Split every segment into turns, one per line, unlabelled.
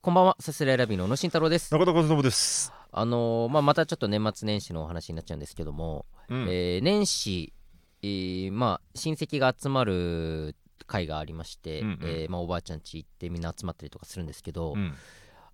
こんばんはさすらいラビーの小野慎太郎です
中田和伸です。
あのーまあ、またちょっと年末年始のお話になっちゃうんですけども、
うん
えー年始、えーまあ、親戚が集まる会がありまして、
うんうん
えーまあ、おばあちゃん家行ってみんな集まったりとかするんですけど、
うん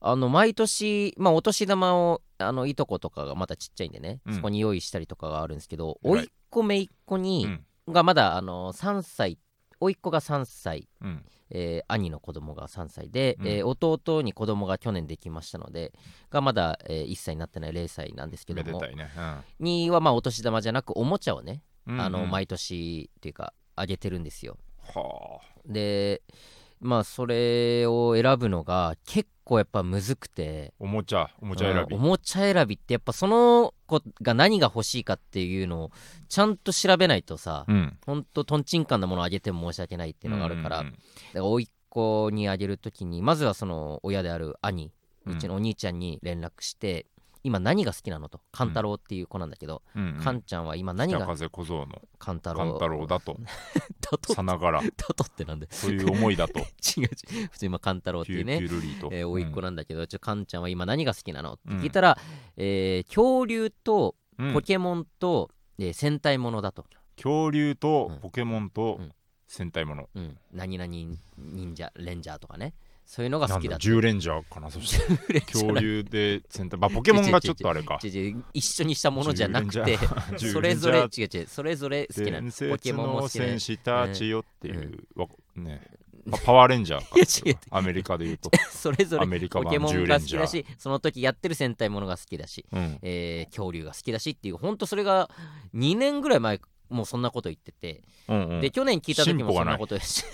あの毎年、まあ、お年玉をあのいとことかがまだちっちゃいんでね、
うん
そこに用意したりとかがあるんですけど、
はい
甥っ子姪っ子に、
うん
がまだあの3歳甥っ子が3歳、
うん
えー兄の子供が3歳で、
うん
えー弟に子供が去年できましたのでがまだ、えー1歳になってない0歳なんですけ
め
ど
で
も
たいね。
にはまあお年玉じゃなくおもちゃをね、
うん
あ
うん
の
うん
毎年っていうかあげてるんですよ。
は
でまあそれを選ぶのが結構やっぱむずくて。
あおもちゃおもちゃ選び。
うんおもちゃ選びってやっぱその子が何が欲しいかっていうのをちゃんと調べないとさ、
うん。
ほんとトンチンカンなものをあげても申し訳ないっていうのがあるから、
うんうん
だから甥っ子にあげるときにまずはその親である兄
うん
うちのお兄ちゃんに連絡して、今何が好きなのと勘太郎っていう子なんだけど、
うんうん
カンちゃんは今何
北
が
風小僧の
勘太
勘
郎
太郎だと
だと
さながら
だとってなんで
そういう思いだと
違う違う普通に今勘太郎って
ピ
いう
ュー
ね
ピュールリーと。
えー、甥っ子なんだけど、ちょカンちゃんは今何が好きなのって
うん
聞いたら、えー恐竜と
うん
ポケモンと、えー戦隊ものだと、
恐竜と
うん
ポケモンと
うん
戦隊もの。
うん、何々忍者レンジャーとかねそういうのが
な
好
ん
きだ
だ
って
十レンジャーかな そして恐竜で戦隊まあポケモンがちょっとあれか。
違う違う一緒にしたものじゃなく
10
て
レンジャー
それぞれ違
10レン
う
ジ
違うそれぞれ好
ャー
きな
伝
ポケ
説
モンも
の
好きな
戦
い
士たちよっていう、わねまあパワーレンジャーか
や違う
アメリカで言うと
それぞ
ア
れ
メリカ
ポ
版
ケモンが
10レ
好
ン
き
ジ
だ
ャー。
しその時やってる戦隊ものが好きだし、
うん
えー恐竜が好きだしっていうほんとそれが2年ぐらい前もうそんなこと言ってて、
うんうん
で去年聞いた時
進
も
歩
そ
が
ん
な
ないことし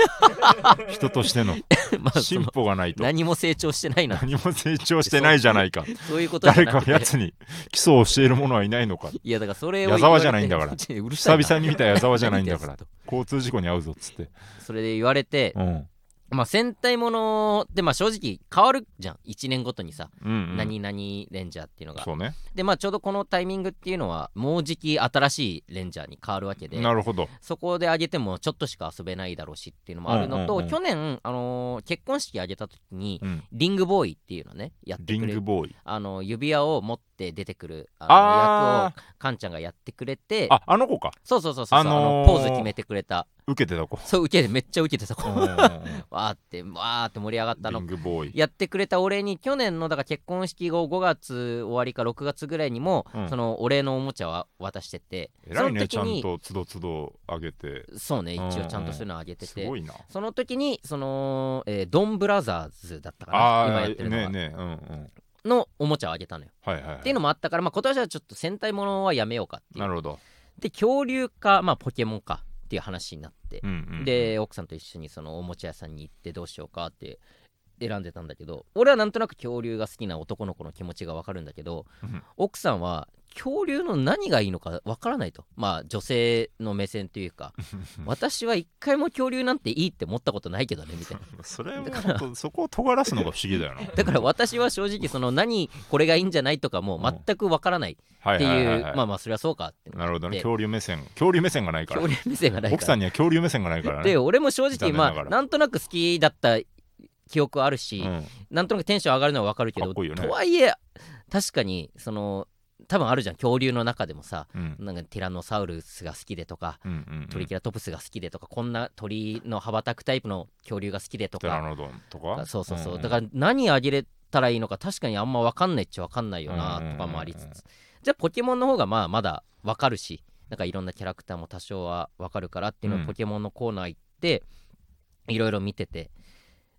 人として の
まあそ
進
の
歩がないと
何も成長してない な
何も成長してないじゃないか
そういうことじゃ
誰
な
か
くて
やつに基礎を教える者はいないのか
いやだからそれを
矢
言わ
沢
れて
じゃないんだから
ち ょうるさ
久
いな
々に見た矢沢じゃないんだから
何言ってん
交通事故に遭うぞっつって
すとそれで言われて、
うんうん
まあ戦隊ものってまあ正直変わるじゃん1年ごとにさ、
うん
何々レンジャーっていうのが
そうね
でまあちょうどこのタイミングっていうのはもうじき新しいレンジャーに変わるわけで
なるほど
そこであげてもちょっとしか遊べないだろうしっていうのもあるのと、
うんうんうん
去年、あのー結婚式あげた時に
うん
リングボーイっていうのねやって
リ
く
ン
れ
グボーイ
あの指輪を持って出てくるあの
あー
役をカンちゃんがやってくれて
ああの子か
そうそうそうそう、
あのー
あのポーズ決めてくれた
受けてた 子
そう受けてめっちゃ受けてた子
うん
わ
リ
ーってわーって盛り上がったの
ングボーイ
やってくれたお礼に去年のだから結婚式後5月終わりか6月ぐらいにも、
うん
そのお礼のおもちゃは渡してて
偉いねち
そ
ゃ
の時
ん
に
とつどつど上げて
そうね一
うんう
応
ん
ちゃんとそういうのあげて
す
て、
ごいな
その時にその、えードンブラザーズだったかな今
あ
や
あ
っ
ね
て
え
るのが、
ねえうんうん
のおもちゃをあげたのよ、
はいはいは
っていうのもあったから、まあ、今年はちょっと戦隊ものはやめようかってい
な
う
るほど
で恐竜か、まあ、ポケモンかっていう話になって
う、んうん
で奥さんと一緒にそのおもちゃ屋さんに行ってどうしようかって選んでたんだけど俺はなんとなく恐竜が好きな男の子の気持ちがわかるんだけど、
うん
奥さんは恐竜の何がいいのかわからないとまあ女性の目線という か私は一回も恐竜なんていいって思ったことないけどねみたい な
それは
だ
本当そこを尖らすのが不思議だよ な
だから私は正直その何これがいいんじゃないとかも全くわからない
は
って
いはいはいいうはい
まあまあそれはそうかって
なるほどね
で
恐竜目線恐竜目線がないから
恐竜目線がないから
奥さんには恐竜目線がないからね
で俺も正
残
直
念な
ま
がら
あなんとなく好きだった記憶はあるし、
うん
なんとなくテンション上がるのはわかるけ
か
ど
っこいいよね
とはいえ確かにその多分あるじゃん恐竜の中でもさ
うん
なんかティラノサウルスが好きでとか
うんうん
トリケラトプスが好きでとかこんな鳥の羽ばたくタイプの恐竜が好きでと
テラ
か
ノドンとか
そうそうそう、
ん
だから何あげれたらいいのか確かにあんま分かんないっちゃ分かんないよな
うんうんうんうん
とかもありつつ、じゃあポケモンの方がまあまだ分かるしなんかいろんなキャラクターも多少は分かるからっていうの
う
を
ん
ポケモンのコーナー行っていろいろ見てて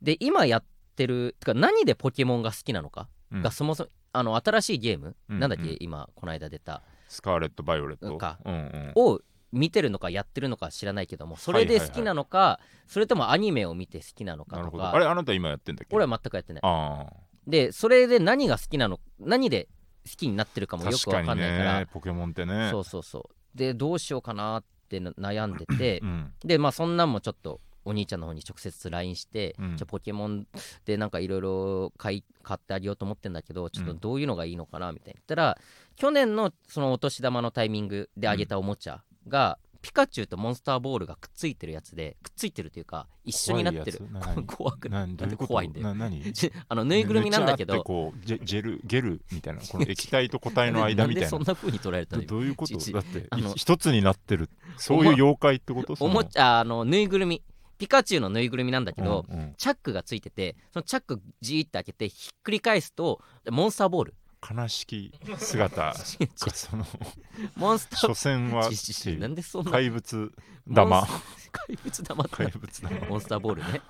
で今やってるてか何でポケモンが好きなのか
うん
がそもそも、あの新しいゲーム、
うんうん
なんだっけ今この間出た
スカーレット・バイオレット
か
うんうん
を見てるのかやってるのか知らないけどもそれで好きなのか、それともアニメを見て好きなのか
なる
と
ほど
か
あれあなた今やってんだっけ
俺は全くやってない
あ
でそれで何が好きなの何で好きになってるか
あ
もよ
確
くわ
か
か
に
んないから
ねポケモンってね
そうそうそうでどうしようかなってな悩んでて
うん
でまあそんなんもちょっとお兄ちゃんの方に直接 LINE して、
うん
じゃあポケモンでなんかいろいろ買い買ってあげようと思ってんだけどちょっとどういうのがいいのかなみたいな言ったら去年のそのお年玉のタイミングであげたおもちゃが、ピカチュウとモンスターボールがくっついてるやつでくっついてるというか一緒になってる
怖いやつな何
怖くない
何どういうこと
怖いんだよ
な何
ちあのぬいぐるみなんだけ
ぬちゃー
ど
ってこうジェジェルゲルみたいなこの液体と固体の間みたい
んでそ
なん
な風に捉えられた
ど
の
どういうこ
ち
と
ち
だって
あの
い一つになってるそういう妖怪ってことそ
お
の
もちゃあのぬいぐるみピカチュウのぬいぐるみなんだけど、
うんうん
チャックがついててそのチャックじーって開けてひっくり返すとモンスターボール
悲しき 姿かその
モンスター
所詮は
ちちちなんでそんな
怪物玉
モンス怪物玉って
怪物玉
モンスターボールね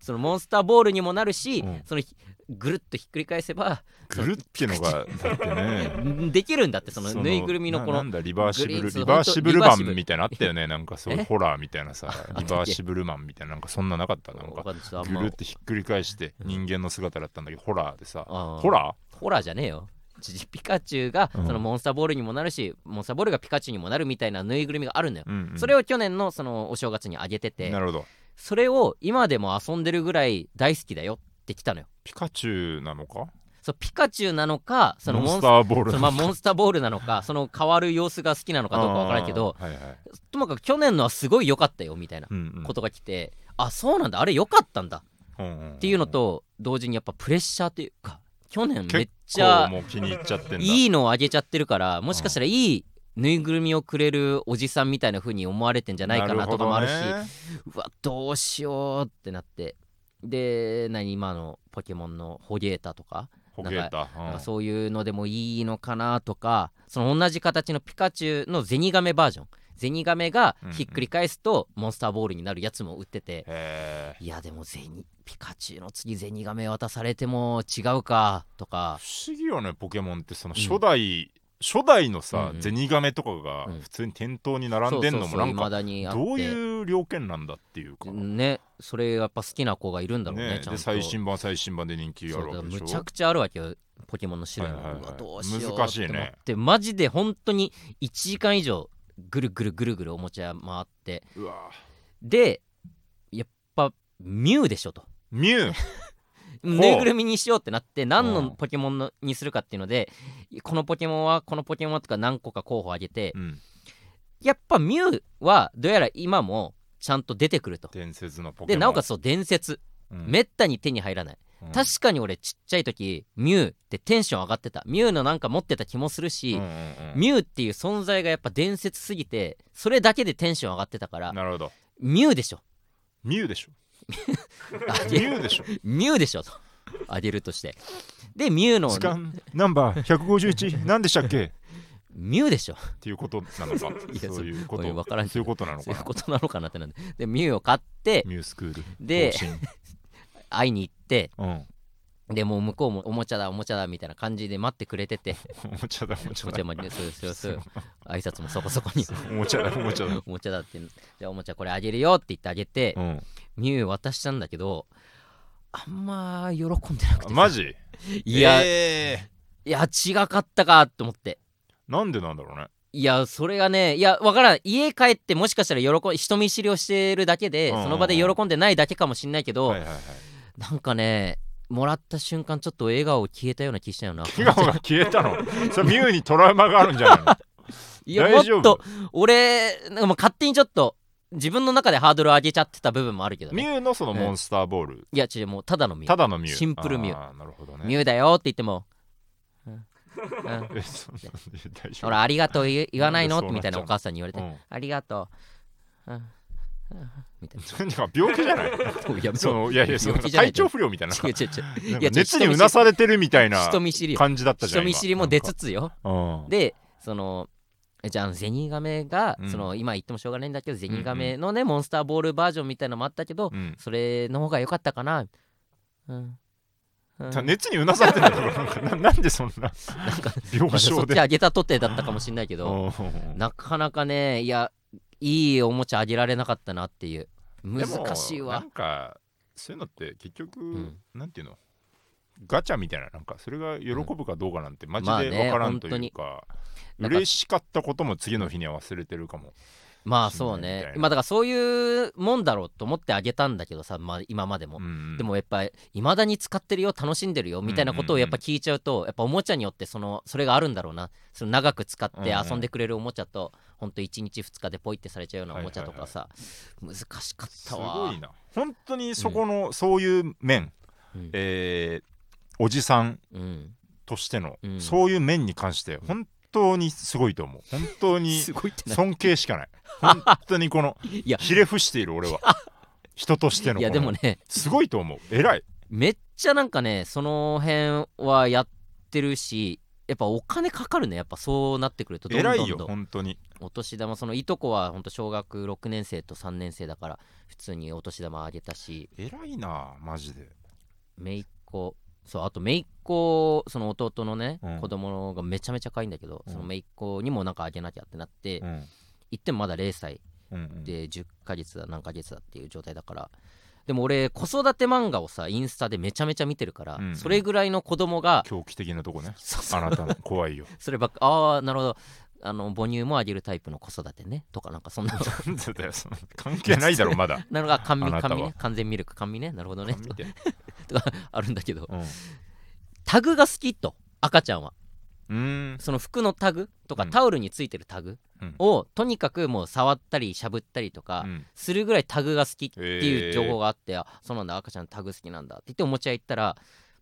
そのモンスターボールにもなるし、
うん
そのひぐるっとひっくり返せば
ぐるってのがだってね
んできるんだって その
その
ぬいぐるみのこの
ななんだリバーシブ
グリー
ル
ンそう
リバーシブル
本当リバー
マ
シブ
ン
ル
みたいなのあったよねなんかそういう
え
ホラーみたいな さ
ったっけ
リバーシブルマンみたいななんかそんななかったなん
わ
か
かんないちょっとあん
ぐ
ま
るってひっくり返して人間の姿だったんだけどホラーでさ
あー
ホラ
ホラーじゃねえよちちピカチュウがそ
うん
のモンスターボールにもなるし、モンスターボールがピカチュウにもなるみたいなぬいぐるみがあるのよ、
ーうんうん
それを去年のそのお正月にあげてて
なるほど
それを今でも遊んでるぐらい大好きだよって来たのよ
ピカチュウなのか
そうピカチュウなのかそのモ
モンス
ンス
タ
ター
ーボール
そのまあモンスターボールなのかその変わる様子が好きなのかどうかわからんけど
あーはいはい
ともかく去年のはすごい良かったよみたいな
うんうん
ことが来て、あそうなんだあれ良かったんだ
っ
っていうのと同時にやっぱプレッシャーというか去年めっ
結
ち
構
ゃ
もう気に入っちゃってんだ
いいのをあげちゃってるからもしかしたらいいぬいぐるみをくれるおじさんみたいな風に思われてんじゃないかなとかもあるし
なほどね
うわどうしようってなってで何今のポケモンのホゲータとか,、
ほげた
なん
うん
かそういうのでもいいのかなとかその同じ形のピカチュウのゼニガメバージョンゼニガメがひっくり返すとモンスターボールになるやつも売ってて、
へえ
いやでもゼニピカチュウの次ゼニガメ渡されても違うかとか
不思議よねポケモンってその
うん
初代初代のさ
うんうん
ゼニガメとかが
うん
普通に店頭に並んでんのもなん
ま
か
だにあって
どういう料件なんだっていうか
ねそれやっぱ好きな子がいるんだろうね
ね
ちゃん
で
と
最新版最新版で人気あ
そう
る
だ
わ
から
けでし
む
ょ
ちゃくちゃあるわけよポケモンの種類も、
はいはいはいう
わどうしよう
難し
っ
いね
て思ってマジで本当に1時間以上ぐるぐるぐるぐるおもちゃ回って
うわ
でやっぱミュウでしょと
ミュウ
ぬいぐるみにしようってなって何
う
の
ん
ポケモンのにするかっていうのでこのポケモンはこのポケモンはとか何個か候補あげて
うん
やっぱミュウはどうやら今もちゃんと出てくると
伝説のポケモン
でなおかつそう伝説
うん
めったに手に入らない
うん
確かに俺ちっちゃい時ミュウってテンション上がってたミュウのなんか持ってた気もするし、
うんうんうん
ミュウっていう存在がやっぱ伝説すぎてそれだけでテンション上がってたから
なるほど
ミュウでしょ
ミュウでしょ
あ
ミ
げ
ュウでしょ
ミュウでしょとあげるとしてでミュウの
時間ナンバー151何でしたっけ
ミュウでしょ
っていうことなのか
いや
そういうこ
それ分
と
からんけど
そういうことなの
そ
か
ういう
な
ことなのかなってなんででミュウを買って
ミュースクール
で
更新
会いに行って
うん
でもう向こうもおもちゃだおもちゃだみたいな感じで待ってくれてて
おも ちゃだおもち
お
ゃ
もちゃ
だ
までそうそうそう挨拶もそこそこに
おもちゃだおも ちゃだ
おもちゃだってじゃあおもちゃこれあげるよって言ってあげて、
うん
ミュウ渡したんだけどあんま喜んでなくて
マジ
いや、
え
いや違かったかと思って
ーなんでなんだろうね
いやそれがねいやわからん家帰ってもしかしたら喜ん人見知りをしてるだけで、
うんうんうん
その場で喜んでないだけかもしんないけど、
はいはいはい
なんかねもらった瞬間ちょっと笑顔消えたような気したよ な
笑顔が消えたのそれミュウにトラウマがあるんじゃないの
いやも
大
っ
丈夫
と俺なんかもう勝手にちょっと自分の中でハードル上げちゃってた部分もあるけど
ミ
ね
ュウのそのモンスターボール
いや違うもうただのミュ
た
ウ
だのミュウ
シンプルミュウ
あーなるほどね
ミュウだよって言っても、うん うん、
えそんな大丈夫
ほら、ありがとう言え言わないの
なんでそうな
み
っち
た
ゃう
いな
の
お母さんに言われて、
うん
ありがとう。うんうんみたい
なんか病気じゃない
な。やめ
そ のいやいやその
病気じゃない
体調不良みたいな
違う違う 違う。いや、
熱にうなされてるみたい
れ
な
人見知りよ。
感じだったじゃ
人
ん
見知りも出つ
つ
つよ。
うん
で、その、じゃああの、ゼニガメが、
うん
その、今言ってもしょうがないんだけど、ゼニガメのね、モンスターボールバージョンみたいなのもあったけど、
うん
それの方が良かったかな。うん。うん
た熱にうなされてる んだろなんかななんでそんな
ま
病
あそ
床
っち
で
あげたとてだったかもしれないけど、
うん
なかなかねいやいいおもちゃあげられなかったなっていう難しい
でも
わ
なんかそういうのって結局、
ん
なんていうのガチャみたいななんかそれが喜ぶかどうかなんてマジ
まあ
で
ね
わからん
本
と
当
い
に
うか、
なんか
嬉しかったことも次の日には忘れてるかも
まあそうねまあだからそういうもんだろうと思ってあげたんだけどさ、まあ、今までも、
うん
でもやっぱいまだに使ってるよ楽しんでるよみたいなことをやっぱ聞いちゃうと、やっぱおもちゃによってそのそれがあるんだろうなその長く使って遊んでくれるおもちゃと、ほんと1日2日でポイってされちゃうようなおもちゃとかさ、難しかっ
す
たわ
ごいな本当にそこの、そういう面、
うん
えーおじさん
うん、
としての、
うん
そういう面に関して本当にすごいと思う本当に
すごいってな
尊敬しかない本当にこの
いや
ひれ伏している俺は人としての
いや
こ
で
の
もね
すごいと思う偉い
めっちゃなんかねその辺はやってるしやっぱお金かかるねやっぱそうなってくるとどんどん
偉
ど
い
ん
よ本当に
お年玉そのいとこはほんと小学6年生と3年生だから普通にお年玉あげたし
偉いなマジで
姪っ子そうあと姪っ子その弟のね、
うん
子供がめちゃめちゃ可愛いんだけど、
うん
その姪っ子にもなんかあげなきゃってなって、
うん
行ってもまだ0歳
うんうん
で10ヶ月だ何ヶ月だっていう状態だからでも俺子育て漫画をさインスタでめちゃめちゃ見てるから、
うん
それぐらいの子供が
狂気的なとこね
そうそう
あなたの怖いよ
そればっかああなるほどあの母乳もあげるタイプの子育てねとかなんかそんな
なんでだよその関係ないだろ まだ
なのが甘
あ
味
なたは
甘味ね完全ミルク甘味ねなるほどね
見て、
あるんだけど
うん、う
タグが好きと赤ちゃんは
ーん
その服のタグとか、
うん
タオルについてるタグ
うん
をとにかくもう触ったりしゃぶったりとか、
うん
するぐらいタグが好きってい
へ
う
ー
情報があって、あそうなんだ赤ちゃんタグ好きなんだって言っておもちゃ屋行ったら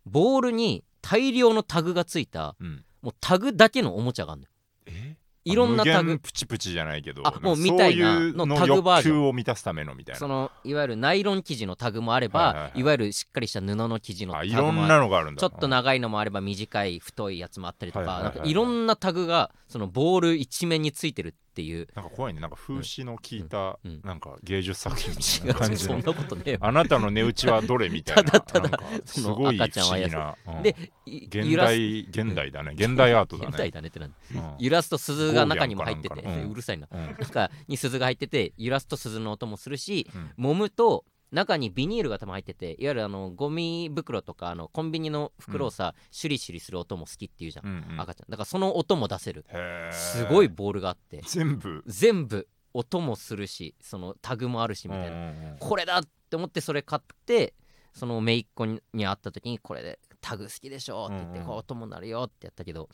ボールに大量のタグがついた
うん
もうタグだけのおもちゃがあるのよ
え
いろんなタ
無限
グ
プチプチじゃないけど
あ
なんか
もうみたいな
そういう
のタグバージョン
欲求を満たすためのみたい
そ
な
のいわゆるナイロン生地のタグもあれば、
はいいはいはい
わゆるしっかりした布の生地のタ
あい
グ
ろ
も
ん
あ
な
る
のがあるんだ
ちょっと長いのもあれば短い太いやつもあったりとか、
はいはいはいはい
なんかいろんなタグがそのボール一面についてるっていう
なんか怖いねなんか風刺の効いた、
うんうん
なんか芸術作品みたい
違
な
う
感じ
そ
の
んなことねえわ
あなたの値打ちはどれみたいな
ただただ
なんか
そ
す
の
ごい不
赤ちゃんは
思
や
議
つ
な、うん
で
現代現代だね現代アートだ
現代
ね、
だねってなんだ
うん
揺らすと鈴が中にも入ってて、
ゴーギャンかなんかのうん
うるさいな
うん
中に鈴が入ってて揺らすと鈴の音もするし
うん
揉むと中にビニールが多分入ってていわゆるあのゴミ袋とかあのコンビニの袋をさ、シュリシュリする音も好きっていうじゃん、
うんうん
赤ちゃんだからその音も出せる
へー
すごいボールがあって
全部
全部音もするしそのタグもあるしみたいな、
うん
これだって思ってそれ買ってその姪っ子にに会った時にこれでタグ好きでしょって言って、
うんうん
こう音もなるよってやったけど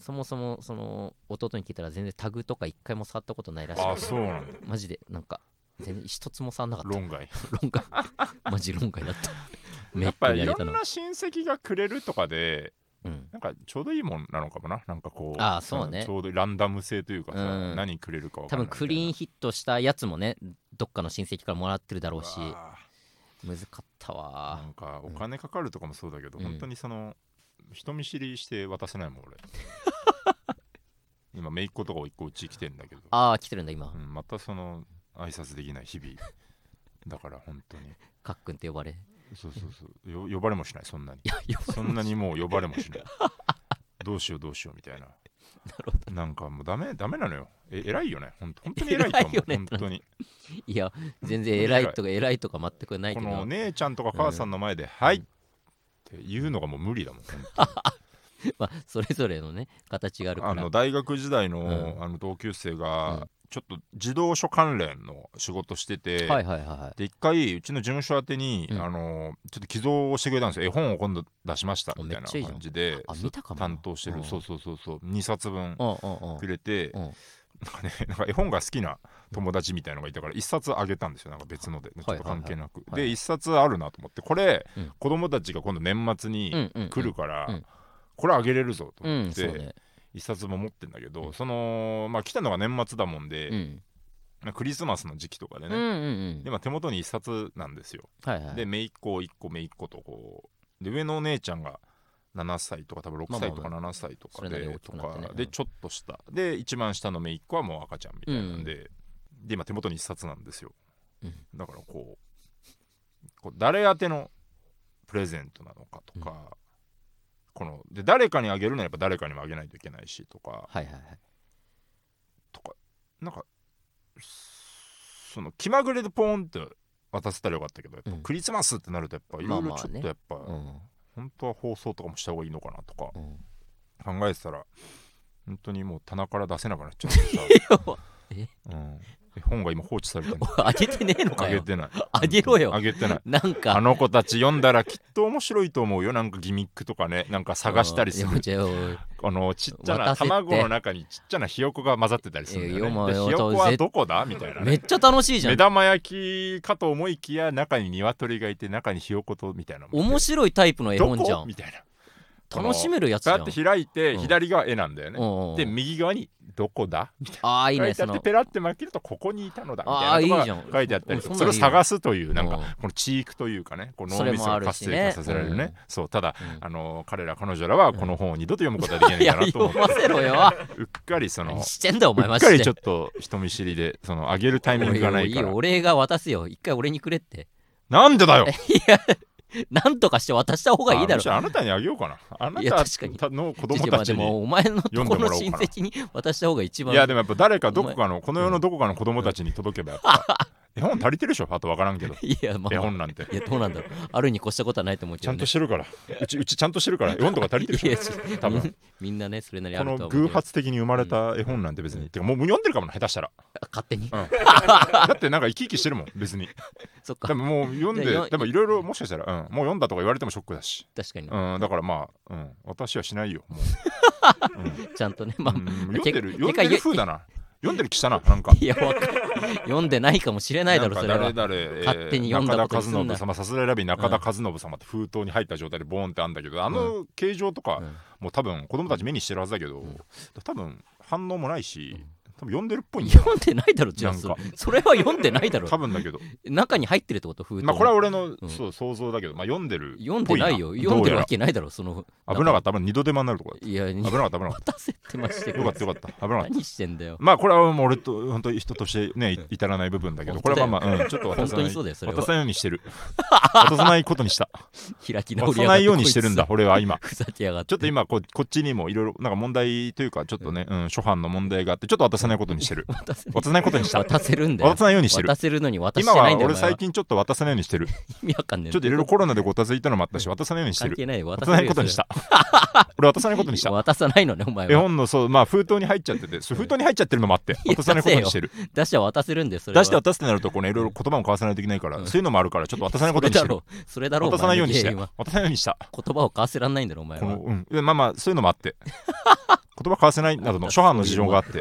そもそもその弟に聞いたら全然タグとか一回も触ったことないらし
あ
い
そうなんだ
マジでなんか全然一つも触んなかった
論外
論外 マジ論外だった姪
や
っ
っ
子
ぱ
に
り
あ
い
げ
ろ
た
ん
の
な親戚がくれるとかで
うん
なんかちょうどいいもんなのかもななんかこう
あーそうね
ちょうどランダム性というかさ、
うん
何くれるかわか
多
んない
分クリーンヒットしたやつもねどっかの親戚からもらってるだろうし
うわ
難かった
ー
わ
なんかお金かかるとかもそうだけど、
うん
本当にその人見知りして渡せないもん 俺今姪っ子とか一個うち来てんだけど、
ああ来てるんだ今、
うん、またその挨拶できない日々だから本当に
かっくんって呼ばれ
そうそうそうよ呼ばれもしないそんなに
いや呼ばれ
そんなにもう呼ばれもしないどうしようどうしようみたいななんかもうダメダメなのよえ偉いよね ほんと本当に偉いと思
偉
う
いよね
本当に
いや全然偉いとか偉いとか全くない
こ
けど
のお姉ちゃんとか母さんの前で「はい!」って言うのがもう無理だもんほんと
まあ、それぞれのね形があるか
あ
ら
の大学時代
う
のあの同級生
う
が
ん
ちょっと自動書関連の仕事してて、
はいはいはいはい
で一回うちの事務所宛てに、
うん
あのちょっと寄贈をしてくれたんですよ絵本を今度出しました
お
みたい
め
な
っちゃいいじゃん
感じで
あ
そう
見たかもな
担当してる、
うん
そうそうそうそう2冊分
うんうんうん
くれて、
うん
なんかね なんか絵本が好きな友達みたいのがいたから1冊あげたんですよなんか別のでちょっと関係なく、
はいはい
で1冊あるなと思ってこれ、
うん
子供たちが今度年末
うん
に
うんうん
来るから、
うん
これあげれるぞと
う
思
ん
って、
そう
一
ね
1冊も持ってんだけど、そのまあ来たのが年末だもんで、
うん
まあクリスマスの時期とかで
うんう
ね、
んうん
でまあ手元に1冊なんですよ
はいはい
で姪っ子1個姪っ子とこうで上のお姉ちゃんが7歳とか多分6歳とか
まあまあ
7歳と
そ
か
れなり
で
大き
と
くなって
か
ねうん
でちょっとしたで一番下の姪っ子はもう赤ちゃんみたいなんでで今手元に1冊なんですよ
うん
だからこうこう誰宛てのプレゼントなのかとかこので誰かにあげるのはやっぱ誰かにもあげないといけないしと
は
か
いはいはい
とかなんかその気まぐれでポーンって渡せたらよかったけどやっぱ
うん
クリスマスってなるとやっぱいろいろちょっとやっぱ、
うん
本当は放送とかもした方がいいのかなとか
うん
考えてたら本当にもう棚から出せなくなっちゃってさ
え、
うん、え本が今放置されてる
あげてねえの
あ
か
げ
よ
てない
あげろよ
あげてない
なんか
あの子たち読んだらきっと面白いと思うよなんかギミックとかねなんか探したりす
うん
る
いやいやいや
あのちっちゃ
渡
な
せって
卵の中にちっちゃなひよこが混ざってたりするん
え
だよ
ーよ
ね
も
で
よ
ひよこはどこだみたいなね
めっちゃ楽しいじゃ
目
ん
玉焼きかと思いきや中に鶏がいて中にひよことみたいな
面白いタイプの絵
ど
本じゃ
こ
ん
みたいなこの
楽しめるやつじ
だ
ゃ
っ
ん
て開いて
うん
左が絵なんだよね、
うんうん
で右側にどこだみたい
ああいい
な書
ね
いて
そ
あって
の
ペラって巻けるとここにいたのだみ
あ
た
ー
い
い
ないと
じ
こ
ゃ
が
ん
書いてあったり
う
そ
んそんなのい
れを
いよ
探すというなんか
うん
この地域というかねこの脳
それ
み
も
そ
あ
を
る
活
し
性
ね
化させられるね
うん
そうただ、
うん
あの彼ら彼女らはこの本を二度と読むことはできないい
や
かな と
読
思う
ませろよ
うっかりその
何してんだお前
う
マ
っ
ジ
かり
で
ちょっと人見知りでその上げるタイミングがない
お
か
いおい
ら
お礼が渡すよ一回俺にくれって
なんでだよ
なんとかして渡した方がいいだ
あむ
ろ
しろあなたにあげようかなあない
や
た
確かに
たの子
ちょち
供
ょまあ
たち
で
に
もお前のとこ
読んでも
の
らおうか
親
な
戚に渡した方が一番
いやでもやっぱ誰かどこかのこの
前
世のどこかの子供たちに届けばやっ ぱ絵本足りてるでしょあと分からんけど
いやまあ
絵本なんて
いやどうなんだろうあるに越したことはないと思うけ
ちゃ
ど
ん
ね
としてるからうちうちちゃんとしてるから絵本とか足りてる
い
で
や
し
ち
ょ多分
みんなねそれなりあ
こ
るとは思
の
うけど
偶発的に生まれた絵本なんて別にてかもう読んでるかもな下手した ら
勝手に
だってなんか生き生きしてるもん別に
そっ
で
か
ももう読んで
でよ
でもいろいろもしかしたら、うん、もう読んだとか言われてもショックだし
確かに
うん、だからまあ、うん、私はしな いよ。もううん
ちゃんとねまあ
うん読ん
て
でる、
て
読ん
か
でる風だな。読んでる気したな、なんか。
いやわかん読んでないかもしれないだろそれは
んか誰々、
勝手に読んだことにすんな
中田和信様、さすらいラビー中田和信様って封筒に入った状態でボーンってあんだけど、あの形状とか、
うん
もう多分子供たち目にしてるはずだけど、
ん
多分反応もないし、多分読んでるっぽいんだよ。
読んでないだろじゃあ
なん
そ
か
れそれは読んでないだろ
多分だけど、
中に入ってるってこと封筒
まあこれは
は
俺の、
うん
そう想像だけど、まあ読んでるっぽい
読んでないよ読んでるわけないだろその
どうやら危なかった、危ない二度手間になるとこだった。
いや
危なかった、危なかっ
渡せってま して
た。よかった、よかった。危なかった。
何してんだよ
まあこれはもう俺と本当に人としてねい至らない部分だけど
本
こ
当
れ
だ
は
よ
まあま あ、うんちょっと渡
本当
さない
にそうだよそれ
渡
は
さないよう にしてる渡さないことにした
開き直
渡
り
さ
や
な
がっ
い
て
ようにしてるんだ
こ
俺は今
いつふざけやがって
ちょっと今ここっちにもいろいろなんか問題というかちょっとね、うん、初版の問題があってちょっと渡さないこと にしてる
渡せ
渡さないことにした
渡せるんだよ
渡さないようにしてる
渡せるのに渡し
今
て
は
ないんだよ
俺
お前
最近ちょっと渡さないようにしてるち
意味わかんねえ
ょっといろいろコロナでごたついたのもあったし渡さないようにして
関
る
係ないよ
渡
渡
さないことにしたた俺渡さないことにした
渡さ ないのねお前
絵
は
本のそうまあ封筒に入っちゃっててそう封筒に入っちゃってるのもあって
いや
渡さないことにしてる
出しては渡せるんだよそれは
出して渡すってなるとこうねいろいろ言葉も交わさないといけないから、
うん
そういうのもあるからちょっと渡さないこ
そ
と
れ
にし
だ
てる
ろうそれだろう
渡さないようにして
お前の原因は
渡さないようにした
言葉を交わせらんないんだろお前
この、
は
うん、でまあまあそういうのもあって言葉交わせないなどの初版の事情があって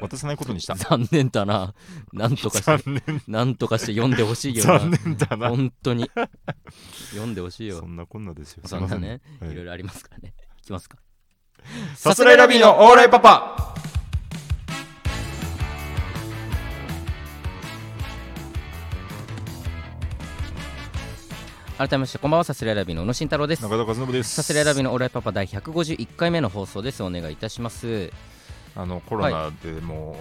渡さないことにした
残念だななんとか
残
して
念
なんとかして読んでほしいよ
残
な
念だな
本当に読んでほしい
そ
よ
んなこんなですよ
そんなね
すいません
いろいろありますからねいきますか
さすらいラビーのオーライパパ
改めましてこんばんはサスレラビーの宇野慎太郎です
中田和信です
サスレラビーのオーライパパ第151回目の放送ですお願いいたします
あのコロナでも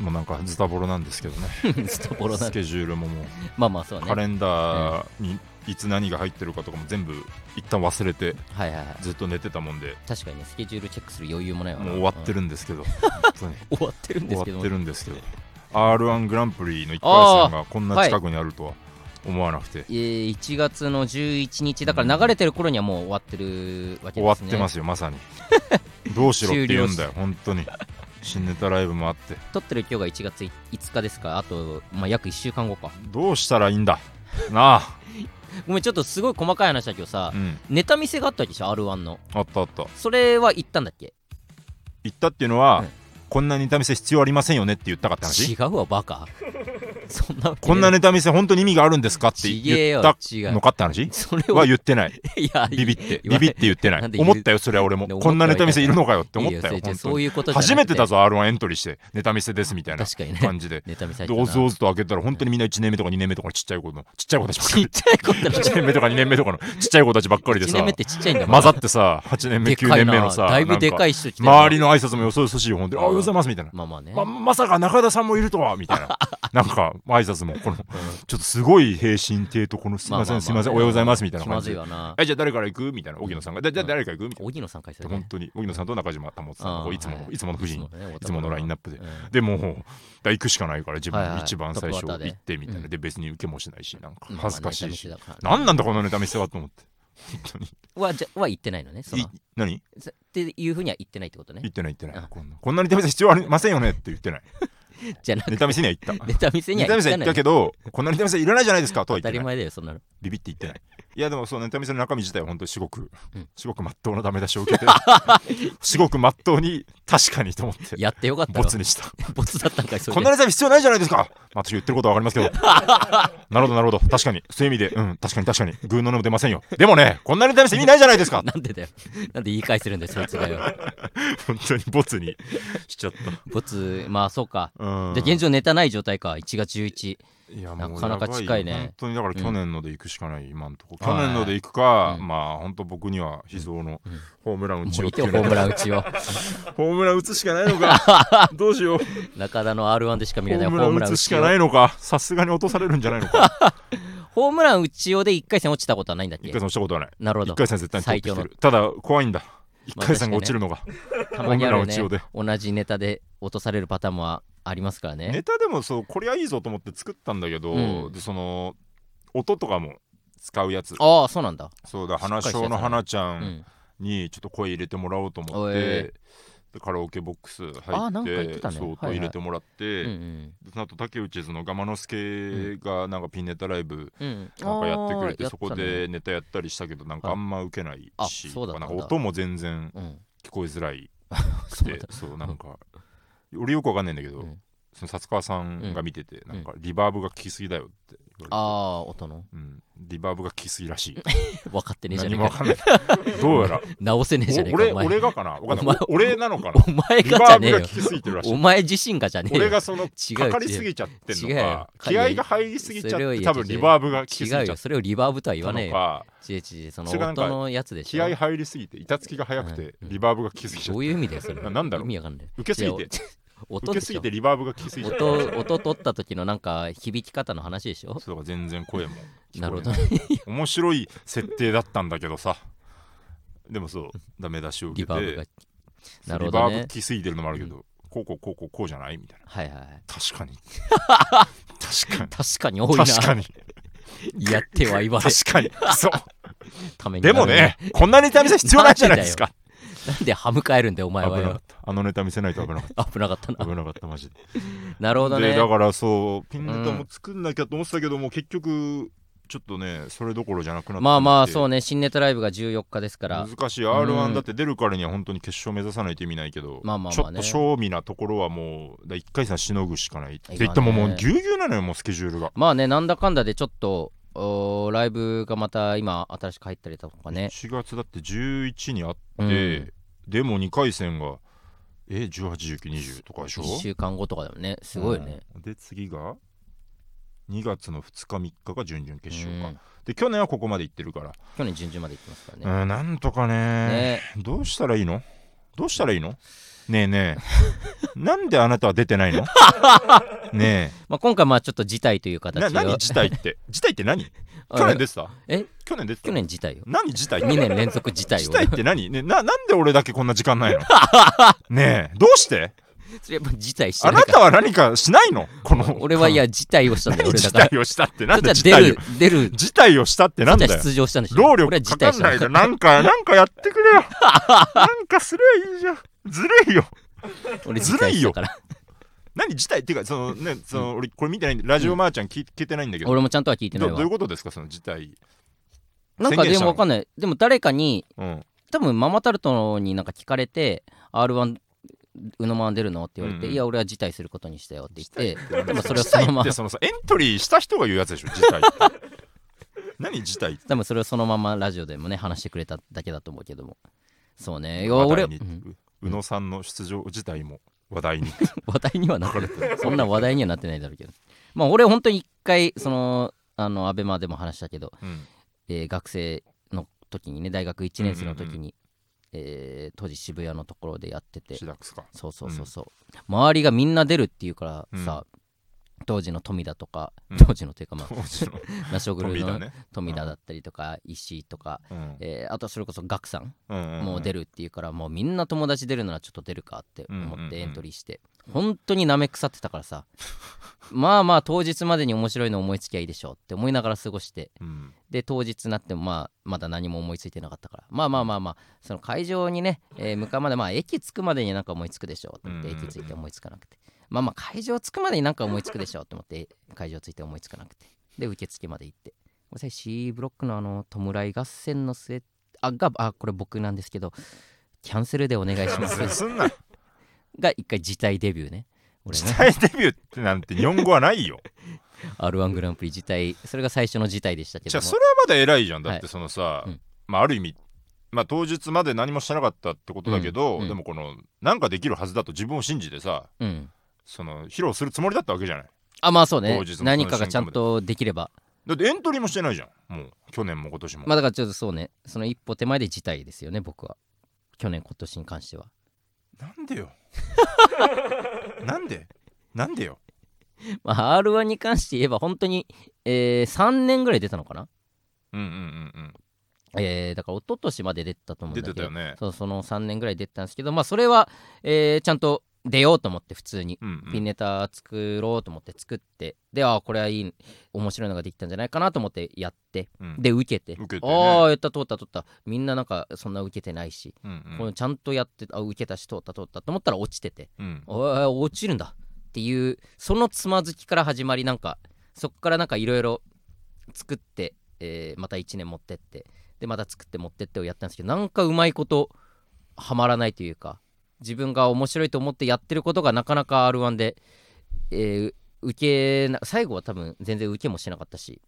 う、もうなんかズタボロなんですけどね
ストボロな
スケジュールももう
まあまあそう
カ
ね
レンダーにいつ何が入ってるかとかも全部一旦忘れて
はいはいはい
ずっと寝てたもんで
確かにねスケジュールチェックする余裕もないわな
もう終わって
る
るんです けど本当に
終わってるんで
終わ
すけ
っ
ど
てるんですけど r 1グランプリの1回戦がこんな近くにあるとは思わなくて、
えー1月の11日だから流れてる頃にはもう終わってるわけ
終わ
で
っ
すね
てますよまさにどうしろって言うん だよ本当に新ネタライブもあって
撮ってる今日が1月5日ですからあと、まあ、約1週間後か
どうしたらいいんだなあ、
ごめんちょっとすごい細かい話だけど さ
うん、
ネタ見せがあったわけでしょ R1 の
あったあった
それは行ったんだっけ
行ったっていうのは、
うん
こんなネタ見せ必要ありませんよねって言ったかって話
違うわバ カそんなわけ
こんな
ね
ネタ見せ本当に意味があるんですかって
ちげえ
言
よ
った
違う
のかって話
それを
は言ってない
いや
ビビって
言わない
ビビって言ってな
ないんで言う
思ったよそれは俺も
ね
こんなネタ見せいるのかよって思っ
いい
た
そ
よ
れ
本当に
そういうことじゃなく
初めてだぞ R1 エントリーしてネタ見せですみたいな
確かにね
感じで
ネタ見せ
で
入
お
っ
ず
たな
おずと開けたら本当にみんな1年目とか2年目とかのちっちゃい子のちっちゃい子たちばっか
ちっ
り
ちゃい子だな
1年目とか2年目とかのちっちゃい子たちばっかりで
1
さ
年目ってちっちゃいんだ
混ざ
っ
ってさ8年目
で
9
かい
年
な
目のさ
だいぶでか
い
い人来てるな
周りの挨拶もよそよそしいよ本当に「あおはようございます」みたいな
まあまあね
ままさか中田さんもいるとはみた いななんか挨拶もこのちょっとすごい平身低とこの「すいませんすいませんおはようございます」みたいな感
気
じで
まずいわな
「えじゃあ誰から行く?」みたいな荻野さんが「じゃあ誰から行く?」みたいな
荻野さんからす
で
る
本
ね
当に荻野さんと中島保さんのこういつも
あ
の
ー
いつもの夫人
いつもね
いつものラインナップで
うん
でもうだから行くしかないから自
はい
分
はい
一番最初
トップバッターで
行ってみたいな、
うん
で別に受けもしないしなんか
まあまあ
恥ずかしいし、
ネタ見せだから
何なんだこのネタ見せはと思って本
はじゃは言ってないのねそ
当に
の
い何
っていうふうには言ってないってことね
言ってない言ってな
あ
いこんなこんなネタ見せ必要ありませんよねって言ってない
じゃなく
ネタ見せには行った
ネタ見せに は
ネタ
行
見
っ
せ
た
に
のよ
は行ったけどこんなネタ見せいらないじゃないですかとは
当
言
た
っ
り
てない
前だよそんなの
ビビって言ってない。いやでもそうネタ見せの中身自体は本当に至極、
うん
至極まっとうなダメ出し を受けて、至極まっとうに確かにと思って、
やってよかった
ボ
わ
ツにした。
ボツだったんかいそれ
こんなネタ必要ないじゃないですかまあ、私言ってることはわかりますけど。なるほど、なるほど。確かに。そういう意味で、うん、確かに確かに。グーの音も出ませんよ。でもね、こんなネタ見せ意味ないじゃないで すか
なんでだよなんで言い返せるんだよそいつがよ
本当にボツにし ちゃっ
ボツまあそうか
た。うん。
で現状ネタない状態か1月11
いや
なかなか近いね
もうやばよ本当にだから去年ので行くしかない、今んとこ。
はい
去年ので行くか、
うん
まあ本当僕には秘蔵の
うん
ホームラン打ち
もういう
よって
て
い
よ
う
ホームラン打ちを
ホームラン打つしかない のか。どうしよう。
中田の R1 でしか見れないホ
ホー
ー
ム
ム
ラ
ラン
ン打
打
つし
ちを
かないのか。さすがに落とされるんじゃないのか。
ホームラン打ちをで1回戦落ちたことはないんだっ
一
け
回戦したことはない。
なるほ
一
ど
回戦絶対に取ってきて
最
る。ただ怖いんだ。一
まあ
回戦が落ちるのが。
たまにあ
ホームラン
る
打
ね
ちをで
同じネタで落とされるパターンもありますからね
ネタでもそう、これはいいぞと思って作ったんだけど、
うん
でその音とかも使うやつ。
ああそうなんだ
そうだ、
しっか
花
りした
椒
やつだ
の
ね
花ちゃ
うんん
にちょっと声入れてもらおうと思
お
っ
い
て。でカラオケボックス入って
あなんか言ってたね
そう
はいは
音
い
入れてもらって、
うんうん
でその後竹内図のガマノスケがなんかピンネタライブ、
うん
なんかやってくれて
あー
そこ
やっ
でネタやったりしたけどなんか
は
あ
い
んま受けないし
あそうだった
なん
ん
か
だ
音も全然
たねうん
聞こえづらいく
そう
て
だ
そうなんか俺よくわかんないんだけど、
うん
その薩川さんが見てて、
ん
なんかリバーブが効きすぎだよって言
あ
わ
あ音の
れて、うん、リバーブが効きすぎら しい
分かってねえじゃ
何
ね
も
え
わ
か
かんない どうやら
直せねえじゃねえ
お
か
俺
お前
俺がかなわかん
お
ない
前
お俺なのかな
お前
リ
が
バ
じゃね
ーブ
え
が
よ
効きすぎてるらし
お
い
前自身がじゃねえよ
俺がその
違う
かかりすぎちゃってんの
違うよ
か気合が入りすぎちゃっ
それを
て
言え
多分リバーブが効きすぎちゃ
違
っ
う
た
よそれをリバーブとは言わねえ
の
よ
か
ちえちえその
それがなんか
音のやつでし
気
ょ
合入りすぎて板つきが早くて
うん
リバーブが効きすぎちゃっ
ど
て
ういう意味だよそれ
な なんだろう
意味わかんない
受けすぎて
いやお
受
音で
け
すし
ぎ
ょ
てリバーブが効きすぎちゃった
音音取った時のなんか響き方の話でしょ
そうだ全然声も聞こえい
なるほど
面白い設定だったんだけどさでもそうダメ出しを受
リ
けて
バーブがなる
リ
ほ
バ
ど
ーブ
ね
効きすぎてるのもあるけど、こうこうこうこうこうじゃないみたいな
はいはいはい
確かに確かに
確かに 多いな
確かに
やっては言われ
確かにそう
ためにな
で
る
もねこんなネタ見せ必要ないじゃない ですか
なんで歯向かえるんだよお
危
前
な
は
か
よ
ったあのネタ見せないと危なかった
危なか ったな
危なかったマジで
なるほどね
でだからそうピンネタも作んなきゃと思ってたけども、結局ちょっとねそれどころじゃなくなって
まあまあそううね新ネタライブが14日ですから
難しい
うん
R1 だって出るからには本当に決勝目指さないと意味ないけど、
まあまあ
ちょ
まあ
っ
ね
と賞味なところはもうだ1回戦はしのぐしかないって言って
今
も
ね
もうぎゅうぎゅうなのよもうスケジュールが、
まあねなんだかんだでちょっとおーライブがまた今新しく入ったりだとかね
4月だって11にあって、
うん
でも2回戦がえ181920とかでしょ
1週間後とかだよねすごいよね、
うんで次が2月の2日3日が準々決勝か、
うん
で去年はここまで行ってるから
去年準々まで行ってますからね、
うん、なんとかね
ね
どうしたらいいのどうしたらいいのねえね えなんであなたは出てないのね
まあ、今回まあちょっと辞退という
え
形
な
が
何辞退って辞退っ て何
あ
去年出てた
え
去年出てた
去年辞退よ
何辞退って
2年連続辞退
辞
を
退って何、ねえ、ななんで俺だけこんな時間ないの ねえどうして
それやっぱ辞退して
あ
な
ない
か
たは何かしないのこの
ら俺はいや辞退をしたんだよ
何
俺
辞
だから
退をしたってなんだ
そ
辞
したら出
退
る
を
出る
辞退をしたってなんだ
そした
よ
ら出場したんでしょ
労
俺は
力
辞
か
退
か
し
ん
た
なんい
だ
でなんかなんかやってくれよなんかすりゃいいじゃんずるいよ
俺辞退したから
何自体っていうかそのねその、俺これ見てないんでラジオマーちゃん聞,、聞いてないんだけど
俺もちゃんとは聞いてない
どどういう
わ
ことですかその自体
なんか
宣言
で
し
も
たの
わかんないでも誰かに
うん
多分ママタルトになんか聞かれて R1 うのまん出るのって言われて、
うんうん
いや俺は辞退することにしたよって言ってでもそれを
自
その
体っ
ま
て
ま
そのさエントリーした人が言うやつでしょ自体って 何自体って
多分それをそのままラジオでもね話してくれただけだと思うけどもそうねいや
話
俺
題に、
うん
宇野さんの出場自体も話題に
話題にはなってないそんな話題にはなってないだろうけどまあ俺本当に一回そのあのアベマでも話したけど、
うん
えー学生の時にね大学1年生の時に、えー当時渋谷のところでやってて
シダックスか
そうそうそうそう、周りがみんな出るっていうからさ、当時の富田とか、
うん
当時のというかまあ
当時の
ナショグル
富田
の
ね、
富田だったりとか石井とか、
うん
えーあとそれこそ岳さん
うんうんうん、
もう出るっていうから、もうみんな友達出るならちょっと出るかって
うんう
思
ん
っ
うん
てエントリーして、本当に舐め腐ってたから さまあまあ当日までに面白いの思いつきゃいいでしょうって思いながら過ごして
うん
で当日になってもまあまだ何も思いついてなかったからまあまあまあまあその会場にね、えー向かうまでまあ駅着くまでになんか思いつくでしょうと思って
うんうんうん
駅着いて思いつかなくてまあまあ会場着くまでになんか思いつくでしょうと思って会場着いて思いつかなくてで受付まで行ってごめんなさい C ブロックのあの弔い合戦の末あがあこれ僕なんですけどキャンセルでお願いしま
ず
す
すんな
が一回辞退デビューね俺
時
ね
代デビューってなんて日本語はな いよ
R1 グランプリ辞退それが最初の辞退でしたけ
じゃ
ど
あ
も
それはまだ偉いじゃんだっ
は
てそのさ、
うん
まあ、ある意味、まあ、当日まで何もしてなかったってことだけど、
うんうん
でもこのなんかできるはずだと自分を信じてさ
うん
その披露するつもりだったわけじゃない
あまあそうね
当日のその
何かがちゃんとできれば
だってエントリーもしてないじゃんもう去年も今年も、
まあだからちょっとそうね、その一歩手前で辞退ですよね、僕は。去年、今年に関しては。
なんでよ なんでなんでよ
まあ、R1 に関して言えば、本当に、えー3年ぐらい出たのかな、
うんうんうん
えーだから一昨年まで出てたと
うん
思うん
出
だけ
て
ど、
たよね
そうその3年ぐらい出てたんですけど、まあそれは、えーちゃんと出ようと思って、普通に。
うんう
ピン
ん
ネタ作ろうと思って作って、で、ああ、これはいい、面白いのができたんじゃないかなと思ってやって、
うん
で、受けて、
受けてね
ああ、やった、通った、通った、みんななんかそんな受けてないし、
うん
このちゃんとやって、あ、受けたし、通った、通ったと思ったら落ちてて、
うんうん
あ落ちるんだっていうそのつまずきから始まりなんかそっからなんかいろいろ作って、えーまた1年持ってってでまた作って持ってってをやったんですけどなんかうまいことはまらないというか自分が面白いと思ってやってることがなかなか r 1で、えー受けな最後は多分全然受けもしなかったし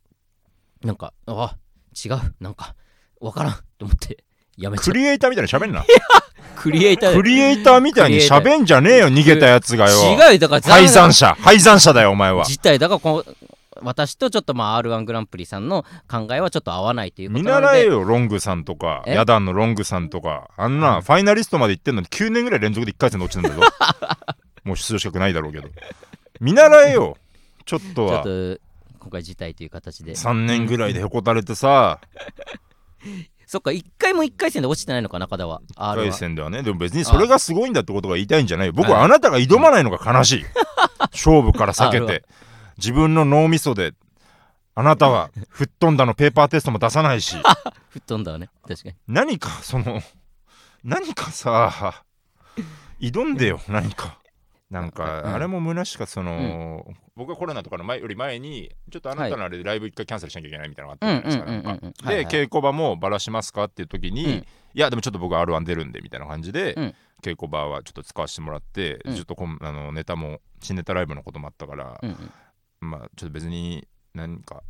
なんかあ違うなんかわからんと思ってやめちゃ
ク
った
リエイターみたいに喋んな
クリエイターだ
クリエイターみたいに喋んじゃねえよ逃げたやつがよ
違うよだから
敗残者敗残者だよお前は
自体だからこう私とちょっとまあ r 1グランプリさんの考えはちょっと合わないというこ
見
となの
習え
で
よロングさんとか
え
ヤダンのロングさんとかあんなファイナリストまで行ってんのに9年ぐらい連続で1回戦で落ちて んだぞもう出場資格ないだろうけど見習えよちょっと
ちょ
は
っと今回辞退という形で
3年ぐらいでへこたれてさ
そっか1回も1回戦で落ちてないのか中田は
1
r
回
1
戦ではねでも別にそれがすごいんだってことが言いたいんじゃないよ僕はあなたが挑まないのが 悲しい勝負から避け
あるわ
て自分の脳みそであなたは吹っ飛んだのペーパーテストも出さないし
吹っ飛んだわね確かに
何かその何かさ挑んでよ何かなん
うん
かあれも虚しかその、僕がコロナとかの前より前にちょっとあなたのあれでライブ一回キャンセルしなきゃいけないみたいなのがあったじゃないですか
うんうん
な
んうんうん
か
はい
で
はい
稽古場もバラしますかっていう時に、
うん
いやでもちょっと僕 R1 出るんでみたいな感じで、
うん
稽古場はちょっと使わせてもらって、
うん
ちょっとこんあのネタも新ネタライブのこともあったから
う、んうん
まあちょっと別に何か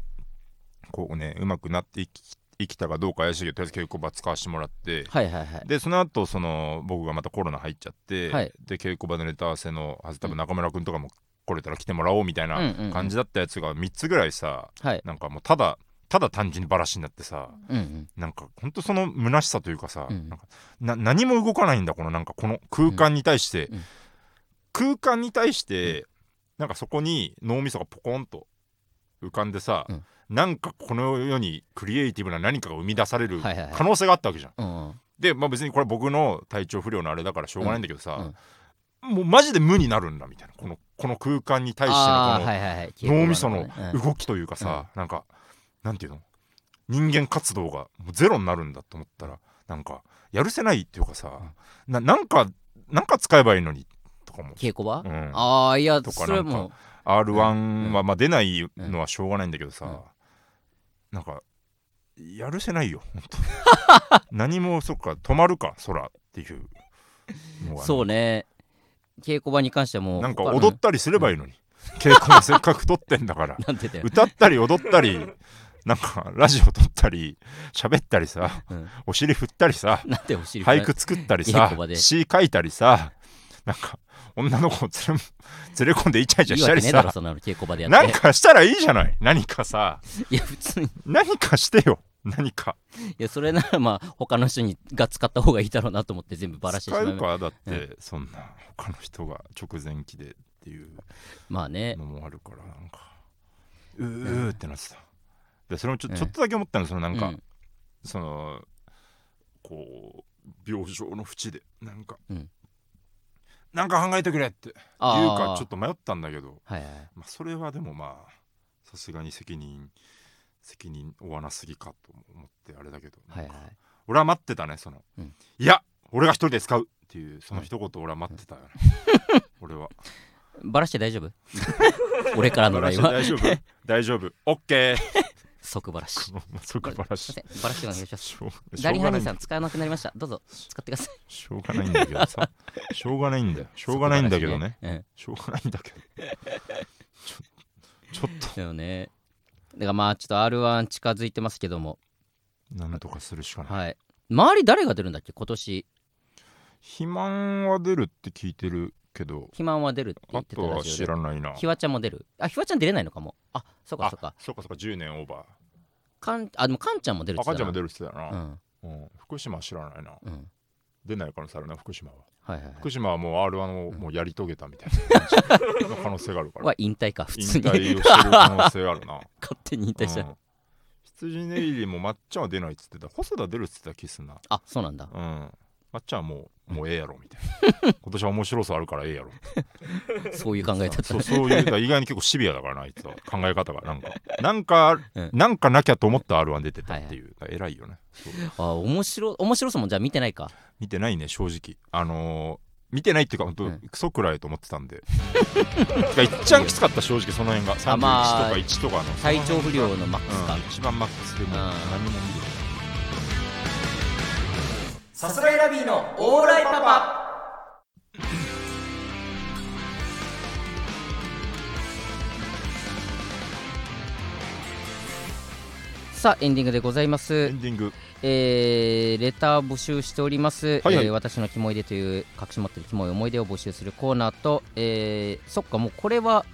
こうねうまくなっていき生きたかどうか怪しいけどとりあえず稽古場使わせてもらって、
はいはいはい
でその後その僕がまたコロナ入っちゃって、
はい
で稽古場のネタ合わせのはず多分中村君とかも来れたら来てもらおうみたいな感じ
だ
だったやつが3つぐらいさ
はい
なんかもうただただ単純にバラシになってさ
うんうん
なんかほんとその虚しさというかさ、
うん
なんかな何も動かないんだこのなんかこの空間に対して、
うんうん
空間に対して、なんかそこに脳みそがポコンと浮かんでさ、
うん
なんかこの世にクリエイティブな何かが生み出される
はいはいはい
可能性があったわけじゃん。
うんうん
で、まあ、別にこれは僕の体調不良のあれだからしょうがないんだけどさ、もうマジで無になるんだみたいなこのこの空間に対して
あー
の
はいはいはい
この脳みその
稽古場ねうん
動きというかさ、なんかなんていうの人間活動がもうゼロになるんだと思ったらなんかやるせないっていうかさななんかなんか使えばいいのにとかも、
稽古場
うん、
ああいや
とか
それは
な
も
ん
う
R1
う
はまあ出ないのはしょうがないんだけどさ、なんかやるせないよ本 当何もそっか止まるか空っていうのがね
そうね稽古場に関してはもう
なんか
他の
踊ったりすればいいのに、稽古もせっかく撮ってんだから
なんて言ったよ
歌ったり踊ったりなんかラジオ撮ったり喋ったりさ、
うん
お尻振ったりさ
なんてお尻
俳句作ったり
稽
さ
古場で
詩書いたりさなんか女の子を連れ連れ込んでイチャイチ
い
ャ
い
し
わ
た
け
り
ねえだ
さ
ろそんなの稽古場でやって
なんかしたらいいじゃない何かさ
いや別に
何かしてよ何か
いやそれならまあ他の人にが使った方がいいだろうなと思って全部バラしてしま
使え
いま
るかだってそんな他の人が直前期でっていう
まあね
のもあるからなんかうーうーってなってたでそれもちょ
うん
ちょっとだけ思ったのそのなんか、
うん
そのこう病状の淵でなんか、
うん
なんか考えてくれっていう
あー
かちょっと迷ったんだけど、
はいはい
まあ、それはでもまあさすがに責任責任負わなすぎかと思ってあれだけど、
はい
なん
は
か
い
俺は待ってたねその、
うん
いや俺が一人で使うっていうその一言俺は待ってたよね、 俺は
バラして大丈夫 俺からの
バ
ラ
ラ
イ
し
ン
て
は
大丈夫大丈夫オッ ケー
即バラし
そこバラ
す
し
いませんバラしてお願いします
しょうし
ダ
ょ
リ
う
ハ
が
ニー
ない
さん使わなくなりましたどうぞ使ってください
しょうがないんだけど さしょうがないんだよしょうがないんだけどね
うん
しょうがないんだけどちょちょっ
だよねだからまあちょっと R1 近づいてますけども
となんとかするしかない
はい周り誰が出るんだっけ今年
肥満は出るって聞いてるけど
肥満は出るって言
あ
ってた
と
ら
は
しい
知
よね
らないな
ひわちゃんも出るあひわちゃん出れないのかもあそうか
あ
そうか
そうかそうか10年オーバ
かんあでもかんちゃんも出る
ー赤ちゃんも
る
出るって言ってたよ
う
な、
ん
うん福島は知らないな
うん
出ない可能性あるな福島は
はいはいはい
福島はもう R1 をもうやり遂げたみたいな感 じの可能性があるから
は引退か普
引
通
退
に
をしてる可
勝
能性があ るな、
手に引退した、
うん羊ネイリもまっちゃんは出ないっつってた細田出るっつってた気すんな
あそうなんだ
うんまっちゃんはもうもうええやろみたいな 今年は面白さあるからええやろ
そういう考え方
そうそういう意外に結構シビアだからなあいつは考え方がなんかなんか、
うん
なんかなきゃと思った R1 出てたっていう、偉いよねそう
あ面白面白さもじゃあ見てないか
見てないね正直あのー見てないっていうか本当、
うん
クソくらいと思ってたんでてかいっちゃんきつかった正直その辺が
あ
31
まあ
とか1とかの
体調不良のマックスか、
うん、一番マックスでもう何も見てない
さすらいラビーのオーライパパ
さあエンディングでございます
エンディング
えーレター募集しております、
はいはい
えー私のキモいでという隠し持ってるキモい思い出を募集するコーナーと、えーそっかもうこれは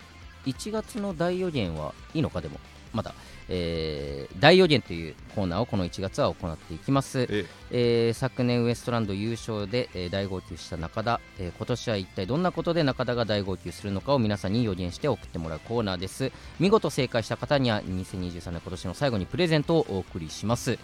1月の大予言はいいのかでもまだ、えー大予言というコーナーをこの1月は行っていきます、
え
えー昨年ウエストランド優勝で、えー大号泣した中田、えー今年は一体どんなことで中田が大号泣するのかを皆さんに予言して送ってもらうコーナーです見事正解した方には2023年今年の最後にプレゼントをお送りします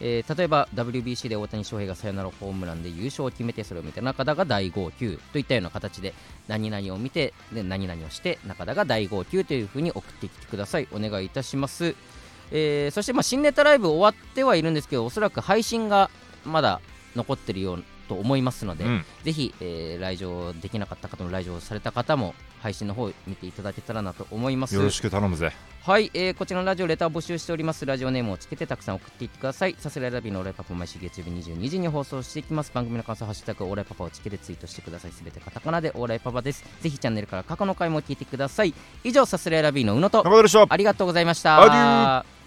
えー例えば WBC で大谷翔平がサヨナラホームランで優勝を決めてそれを見て中田が大号泣といったような形で何々を見てで何々をして中田が大号泣というふうに送ってきてくださいお願いいたします、えーそしてまあ新ネタライブ終わってはいるんですけどおそらく配信がまだ残ってるようと思いますので、
うん
ぜひ、えー来場できなかった方も来場された方も配信の方を見ていただけたらなと思います
よろしく頼むぜ
はい、えーこちらのラジオレター募集しておりますラジオネームをつけてたくさん送っていってくださいさすらいラビーのオーライパパ毎週月曜日22時に放送していきます番組の感想「ハッシュタグオーライパパ」をつけてツイートしてくださいすべてカタカナでオーライパパですぜひチャンネルから過去の回も聞いてください以上さすらいラビーの宇野と
中田でした
ありがとうございました
アデュー